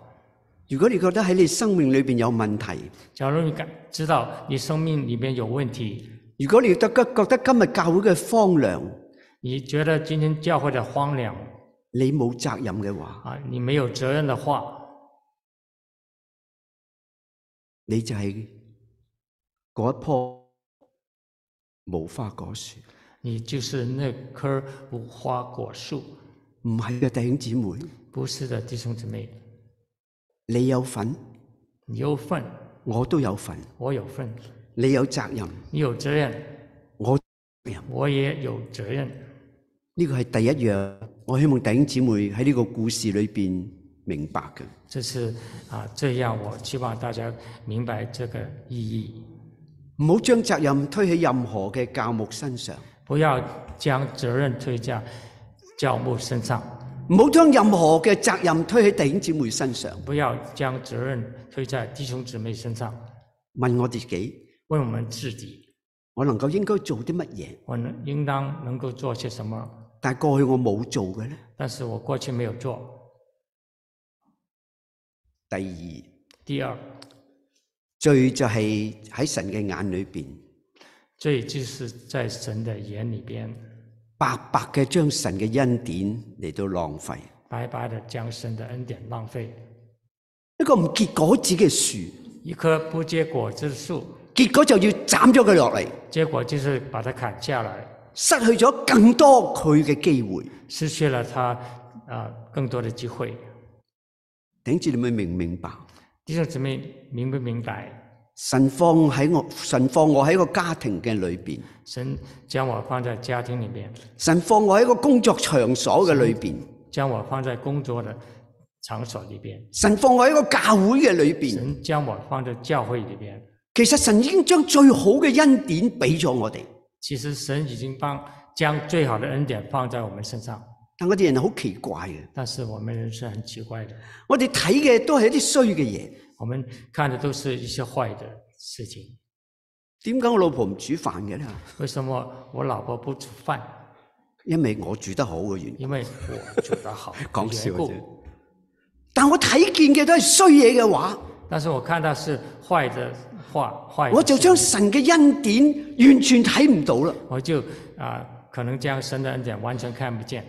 如果你覺得喺你生命裏边有問題，
假如你感知道你生命里面有问题，
如果你覺得觉得今日教會嘅荒涼，
你觉得今天教会的荒凉
你冇責任嘅話，
啊，你没有责任的话，
你就係嗰一棵無花果樹，
你就是那棵无花果树。
唔係嘅弟兄姊妹，
不是的，弟兄姊妹，
你有份，
你有份，
我都有份，
我有份，
你有責任，
你有责任，
我有責任。
我也有责任。
呢個係第一樣，我希望弟兄姊妹喺呢個故事裏邊明白嘅。
这是啊，这样我希望大家明白这个意义，
唔好將責任推喺任何嘅教牧身上，
不要将责任推在教牧身上，
唔好將任何嘅責任推喺弟兄姊妹身上。
不要将责任推在弟兄姊妹身上。
問我自己，
问我们自己，
我能夠應該做啲乜嘢？
我能应当能够做些什么？
但係過去我冇做嘅呢。
但是我过去没有做。
第二，
第二，
罪就係喺神嘅眼裏邊，
罪就是在神的眼里边，
白白嘅將神嘅恩典嚟到浪費。
白白的将神的恩典浪费。
一個唔結果子嘅樹，
一棵不结果子的树，
結果就要斬咗佢落嚟，
结果就是把它砍下来，
失去咗更多佢嘅機會。
失去了它啊、呃更多的机会。
頂住你咪明唔明白？
弟兄姊妹，明不明白？
神放喺我，神放我喺一個家庭嘅裏边，
神将我放在家庭里面，
神放我喺一個工作場所嘅裏边，
将我放在工作的场所里边，
神放我喺一個教會嘅裏边。
神将我放在教会里边。
其實神已經將最好嘅恩典俾咗我哋，
其实神已经帮将最好的恩典放在我们身上，
但我哋人好奇怪嘅，
但是我们人是很奇怪的，
我哋睇嘅都係一啲衰嘅嘢。
我们看的都是一些坏的事情。
點解我老婆唔煮飯嘅咧？
为什么我老婆不煮饭？
因為我煮得好嘅原因。，
因为我煮得好
講
的
笑
缘
啫
故。
但我睇見嘅都係衰嘢嘅話，
但是我看到是坏的话，坏的
我就
事
將神嘅恩典完全睇唔到啦。
我就啊、可能将神的恩典完全看不见。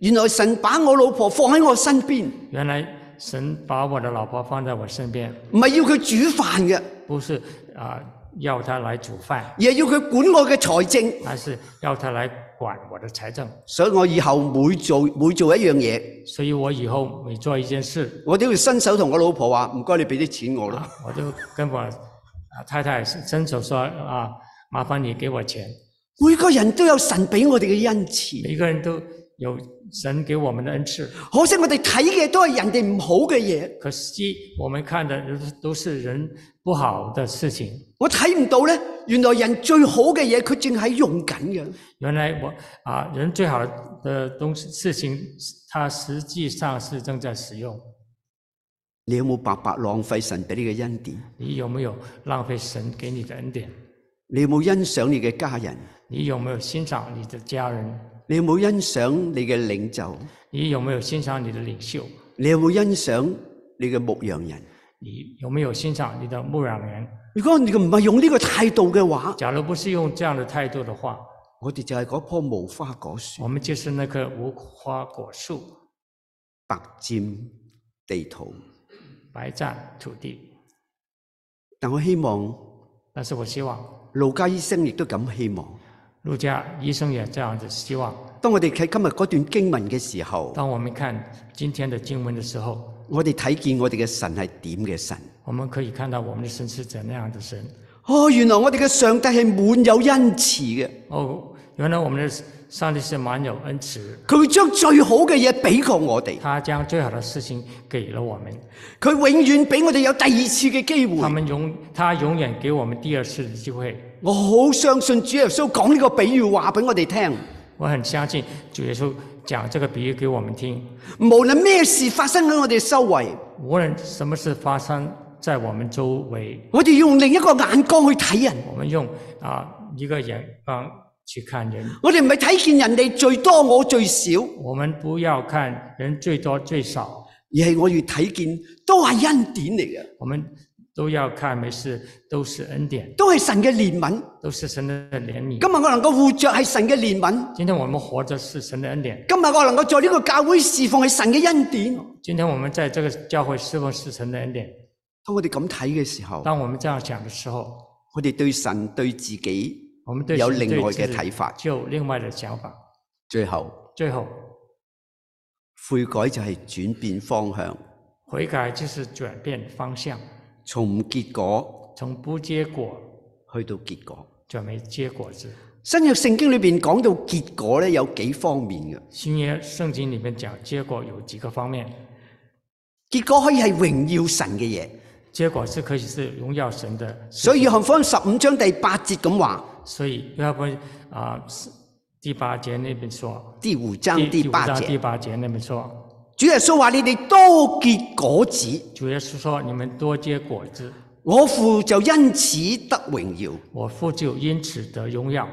原來神把我老婆放喺我身邊，
原来神把我的老婆放在我身边，
唔係要佢煮飯嘅。
不是啊、要她来煮饭，
而係要佢管我嘅財政，
而是要她来管我的财政。
所以我以後每做每做一樣嘢，
所以我以后每做一件事，
我都要伸手同我老婆話：唔該，你俾啲錢我啦。
我就跟我啊太太伸手说啊，麻烦你给我钱。
每個人都有神俾我哋嘅恩賜，
每个人都有神给我们的恩赐，
可惜我哋睇嘅都係人哋唔好嘅嘢，
可惜我们看的都是人不好的事情。
我睇唔到咧。原來人最好嘅嘢，佢正喺用緊嘅。
原来我啊，人最好的东西事情，它实际上是正在使用。
你有冇白白浪費神俾你嘅恩典？
你有没有浪费神给你的恩典？
你有冇欣賞你嘅家人？
你有没有欣赏你的家人？
你有冇欣賞你嘅領袖？
你有没有欣赏你的领袖？
你有冇欣賞你嘅牧羊人？
你有没有欣赏你的牧羊人？
如果你唔係用呢個態度嘅話，
假如不是用这样的态度的话，
我哋就係嗰棵無花果樹
我，们就是那棵无花果树，
白佔地土。
白占土地。
但我希望
但是我希望
路加醫生亦都咁希望。
陆家医生也这样子希望。
當我哋睇今日嗰段經文嘅時候，
当我们看今天的经文的时候，
我哋睇見我哋嘅神係點嘅神。
我们可以看到我们的神是怎样的神。
哦，原來我哋嘅上帝係滿有恩慈嘅，
哦，原来我们的上帝是满有恩慈，
佢會將最好嘅嘢俾過我哋，
他将最好的事情给了我们，
佢永遠俾我哋有第二次嘅機
他
會。
们永他永远给我们第二次的机会。
我好相信主耶穌講呢個比喻話俾我哋聽，
我很相信主耶稣讲这个比喻给我们听，
無論咩事發生喺我哋周圍，
无论什么事发生在我们周围，
我哋用另一個眼光去睇人，
我们用啊、一个眼光去看人，
我哋唔係睇見人哋最多我最少，而
我们不要看人最多最少，
係我要睇見都係恩典嚟嘅，
我们都要看没事都是恩典，
都係神嘅憐憫。
都是神的怜悯。
今日我能夠活着係神嘅憐憫。
今天我们活着是神的恩典，
今日我能夠在呢個教會侍奉係神嘅恩典。
今天我们在这个教会侍奉是神的恩典。
當我哋咁睇嘅時候，
当我们这样想的时候，
我哋對神對自己
我们对
有
神
另外
对自
嘅
己
睇法
就有另外的想法。
最後
最后，
悔改就係轉變方向，
悔改就是转变方向，
從唔結果
从不结果
去到結果。
转为结果子。
新約聖經裏面講到結果咧有幾方面嘅，
新约圣经里面讲，结果有几个方面，
結果可以係榮耀神嘅嘢。
结果是可以是荣耀神的。
所以約翰福音十五章第八節咁話：
所以约翰福音啊、是第八节那边说，
第五章第
五
八
章第
節，
八节那边说，
主耶穌話：你哋多結果子，
主耶稣说：“你们多结果子，
我父就因此得榮耀。
我父就因此得荣耀。”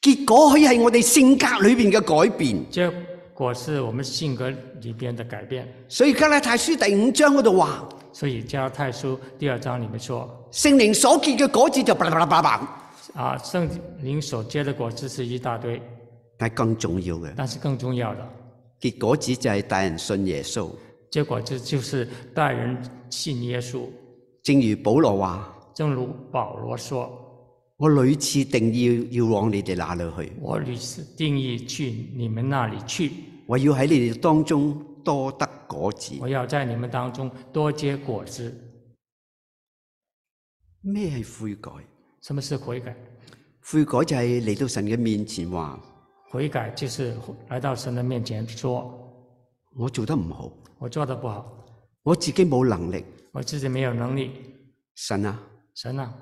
結果可以係我哋性格裏面嘅改變。
结果是我们性格里边的改变。
所以加拉太書第五章嗰度話，
所以加拉太书第二章里面说，
聖靈所結嘅果子就巴拉巴拉巴拉。
啊，圣灵所结的果子是一大堆，
但係更重要嘅
但是更重要的
結果子就係帶人信耶穌。
结果就就是带人信耶稣。
正如保羅話：
正如保罗说
我屢次定意要往你哋那裏去：“，
我屡次定义去你们那里去，
我要喺你哋當中多得果子。
我要在你们当中多结果子。
咩係悔改？”
什么是悔改？
悔改就係嚟到神嘅面前話：
悔改就是来到神的面前说
我做得唔好，：“
我做的不好，
我自己冇能力。
我自己没有能力，
神啊，
神啊，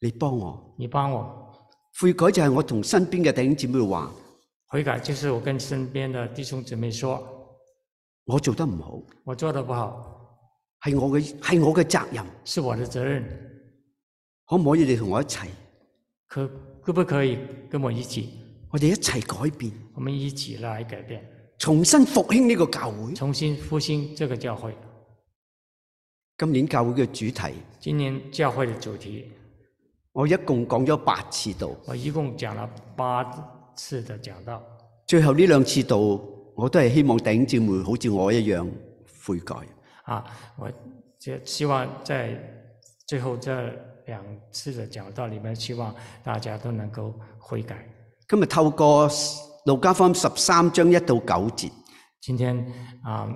你幫我。
你帮我。”
悔改就係我同身邊嘅弟兄姊妹話：
悔改就是我跟身边的弟兄姊妹说，
我做得唔好，
我做的不好，
係我嘅係我嘅責任。
是我的责任，
可唔可以你同我一齊？
可可不可以跟我一起，
我哋一齊改變，
我们一起来改变，
重新復興呢個教會。
重新复兴这个教会？
今年教會嘅主題，
今年教会的主题，
我一共講咗八次道，
我一共讲了八次的讲道，
最後呢兩次道，我都係希望弟兄姊妹好似我一樣悔改。
啊，我就希望在最后这两次的讲道里面，希望大家都能够悔改。
今日透過路加福音十三章一到九節，
今天啊、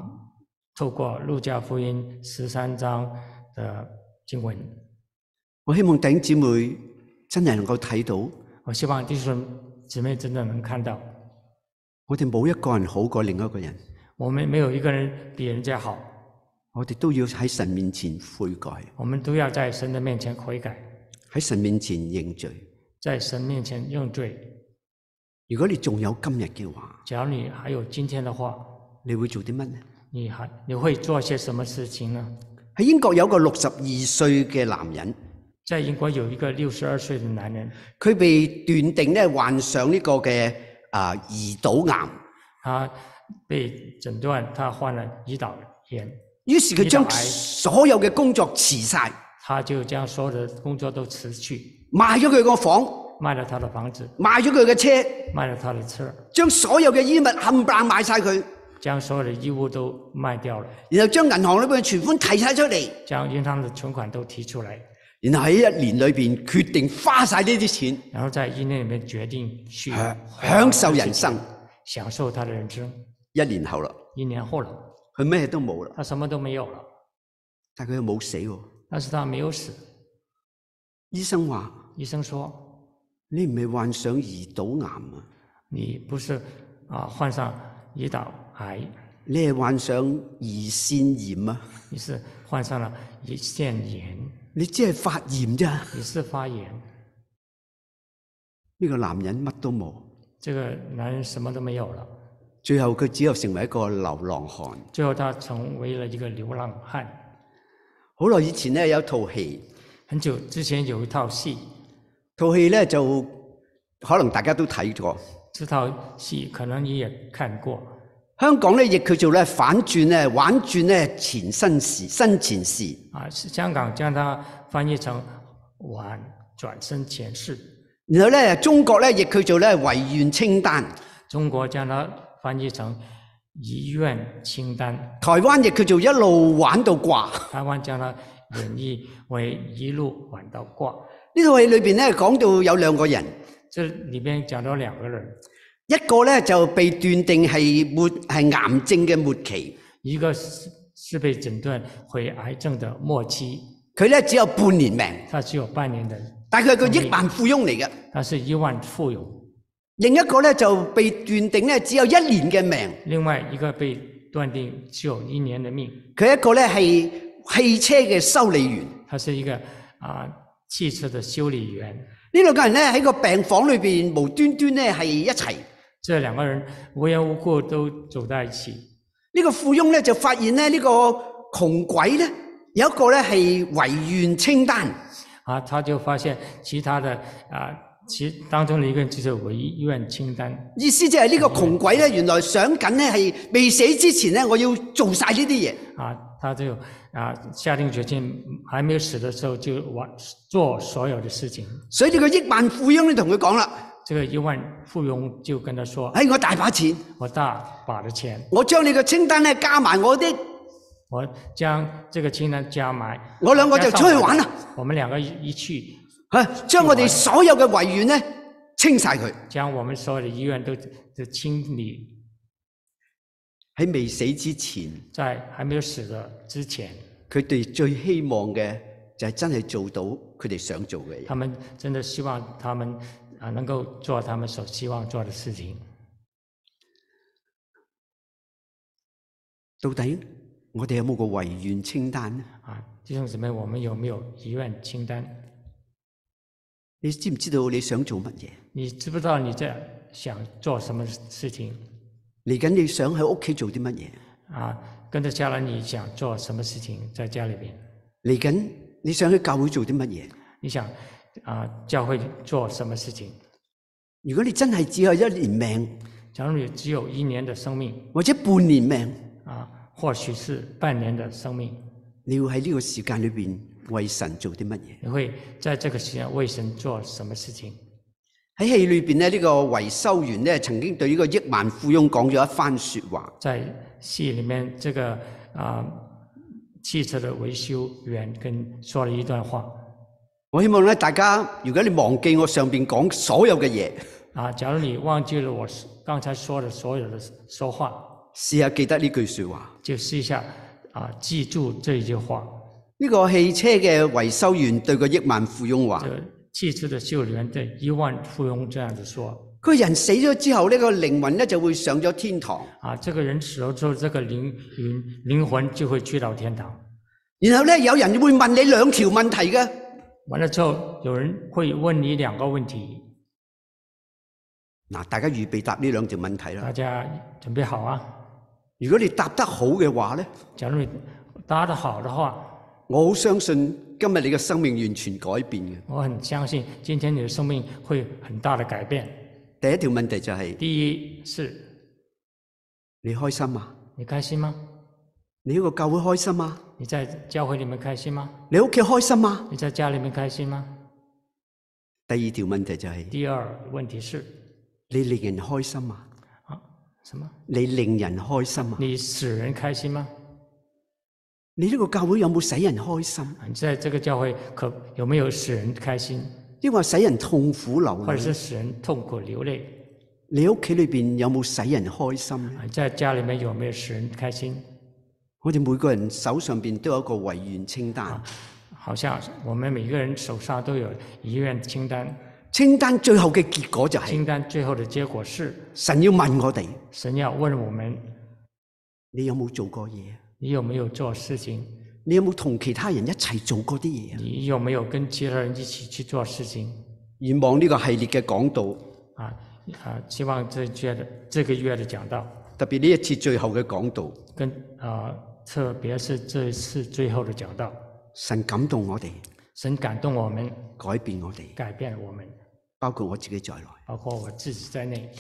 透过路加福音十三章的经文，
我希望弟兄姊妹真係能夠睇到
我希望弟兄姊妹真的能看到，
我哋冇一個人好過另一個人，
我们没有一个人比人家好，
我哋都要喺神面前悔改，
我们都要在神的面前悔改，
喺神面前認罪。
在神面前认罪。
如果你仲有今日嘅話，
假如你还有今天的话，
你會做啲乜呢？
你还你会做些什么事情呢？
喺英國有個六十二歲嘅男人，
在英国有一个六十二岁的男人，
佢被斷定咧患上呢個嘅啊胰島癌，
他被诊断他患了胰岛炎，
於是佢
胰
將
島癌
所有嘅工作辭晒，
他就将所有的工作都辞去，
賣咗佢個房，
卖了他的房子，
賣咗佢嘅車，
卖了他的车，
將所有嘅衣物冚唪唥賣晒佢，
将所有的衣物都卖掉了，
然後將銀行裏邊嘅存款提晒出嚟，
将银行的存款都提出来，
然後喺一年裏邊決定花晒呢啲錢。
然后在一年里面决定去
享享受人生。
享受他的人生。
一年後啦，
一年后了，
佢咩都冇啦，
他什么都没有了，
但佢又冇死喎。
但是他没有死。
醫生話：
医生说
你唔係患上胰島癌啊，
你不是啊患上胰岛癌，
你係患上胰腺炎啊，
你是患上了胰腺炎，
你只係發炎咋。
你是发炎。
呢、個男人乜都冇，
这个男人什么都没有了，
最後佢只有成為一個流浪漢。
最后他成为了一个流浪汉。
好耐以前咧有一套戲，
很久之前有一套戏，
套戲咧就可能大家都睇過。
这套戏可能你也看过，
香港咧亦叫做咧反轉咧玩轉咧前身事新前事。
啊，是香港将它翻译成“晚转身前世
然後咧中國咧亦叫做咧遺願清單，”，
中国将它翻译成“遗愿清单
台灣亦叫做一路玩到掛。”，
台湾将它演绎为“一路玩到挂
呢套戲裏面咧講到有兩個人，”。
这里边讲到两个人，
一個咧就被斷定係末係癌症嘅末期，
一个是是被诊断为癌症的末期，
佢咧只有半年命，
他只有半年的，
但佢係個億萬富翁嚟嘅；
他是亿万富翁；
另一個咧就被斷定咧只有一年嘅命，
另外一个被断定只有一年的命，
佢一個咧係汽車嘅修理員。
他是一个啊汽车的修理员。
呢兩個人咧喺個病房裏面無端端咧係一齊。
这两个人无缘无故都走在一起。
呢、個富翁咧就發現咧呢個窮鬼咧有一個咧係遺願清單，
啊，他就发现其他的啊，其当中的一个人就是遗愿清单，
意思就係呢個窮鬼咧原來想緊咧係未死之前咧我要做晒呢啲嘢。
啊，他就啊下定决心，还没有死的时候就完做所有的事情。
所以呢個億萬富翁咧同佢講啦：，
这个亿万富翁就跟他说
哎，我大把錢，：“
我大把的钱，
我將你個清單咧加埋我啲，
我将这个清单加埋，
我兩個就出去玩啦，
我们两个一一去，
嚇、將我哋所有嘅遺願咧清晒佢。
将我们所有的遗愿都都清理，
喺未死之前，
在还没有死的之前。”
佢哋最希望嘅就係真係做到佢哋想做嘅嘢。
他们真的希望他们啊能够做他们所希望做的事情。
到底我哋有冇個遺願清單呢？
啊，弟兄姊妹，我们有没有遗愿清单？
你知唔知道你想做乜嘢？
你知不知道你在想做什么事情？
嚟緊你想喺屋企做啲乜嘢？
啊，跟着下来你想做什么事情？在家里边，
嚟緊你想喺教會做啲乜嘢？
你想啊教会做什么事情？
如果你真係只有一年命
假如你只有一年的生命
或者半年命，
啊，或许是半年的生命，
你要喺呢個時間裏边為神做啲乜嘢？
你会在这个时间为神做什么事情？
喺戲裏边咧，呢、個維修員咧曾經對呢個億萬富翁講咗一番说話。
在戏里面，这个啊、汽车的维修员跟说了一段话
我希望咧，大家如果你忘記我上边講所有嘅嘢，
啊，假如你忘记了我刚才说的所有的说话，
試下記得呢句说話。
就试一下啊，记住这一句话。
呢、個汽車嘅維修員對個億萬富翁話：
这汽车的修理员对亿万富翁这样子说
佢人死咗之後，呢、個靈魂咧就會上咗天堂。
啊，这个人死了之后，这个灵灵灵魂就会去到天堂。
然後咧，有人會問你兩條問題嘅：
完了之后，有人会问你两个问题，
嗱，大家預備答呢兩條問題啦
大。家准备好啊？
如果你答得好嘅話咧，
假如你答得好的话，
我好相信今日你嘅生命完全改變嘅。
我很相信今天你的生命会很大的改变。
第一條問題就係、
第一是，
你開心嘛？
你开心吗？
你呢個教會開心嘛？
你在教会里面开心吗？
你屋企開心嘛？
你在家里面开心吗？
第二條問題就係、
第二问题是
你令人開心嘛？
啊什么？
你令人開心嘛？
你使人开心吗？
你呢個教會有冇使人開心？
啊你在这个教会可有没有使人开心，
抑或使人痛苦流
或者
淚？
是使人痛苦流泪？
你屋企裏邊有冇使人開心咧？
啊，在家里面有没有使人开心？
我哋每個人手上邊都有一個遺願清單，
好像我们每个人手上都有遗愿清单，
清單最後嘅結果就係
清单最后的结果是
神要問我哋：
神要问我们，
你有冇做過嘢？
你有没有做事情？
你有冇同其他人一齊做過啲嘢啊？
你有没有跟其他人一起去做事情？
願望呢個系列嘅講道，
啊啊，希望这月的这个月的讲到，
特別呢一次最後嘅講道，
跟啊、特别是这一次最后的讲到，
神感動我哋，
神感动我们，
改變我哋，
改变我们，
包括我自己在內。
包括我自己在内。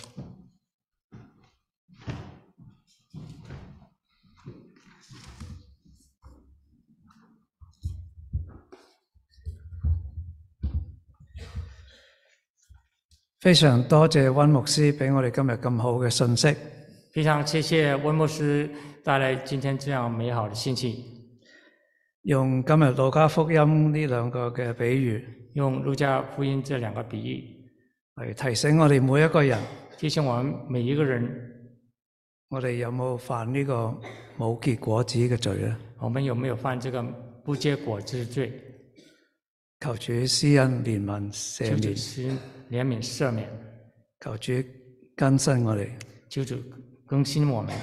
非常多謝温牧師俾我哋今日咁好嘅信息。
非常谢谢温牧师带来今天这样美好的信息，
用今日路加福音呢兩個嘅比喻
用路加福音这两个比喻，
嚟提醒我哋每一個人，
提醒我们每一个人，
我哋有冇犯呢個冇結果子嘅罪啊呢？
我们有没有犯这个不结果之罪？
求主施恩憐憫赦
求主
免，
施怜悯赦免，
求主更新我哋。
求主更新我们。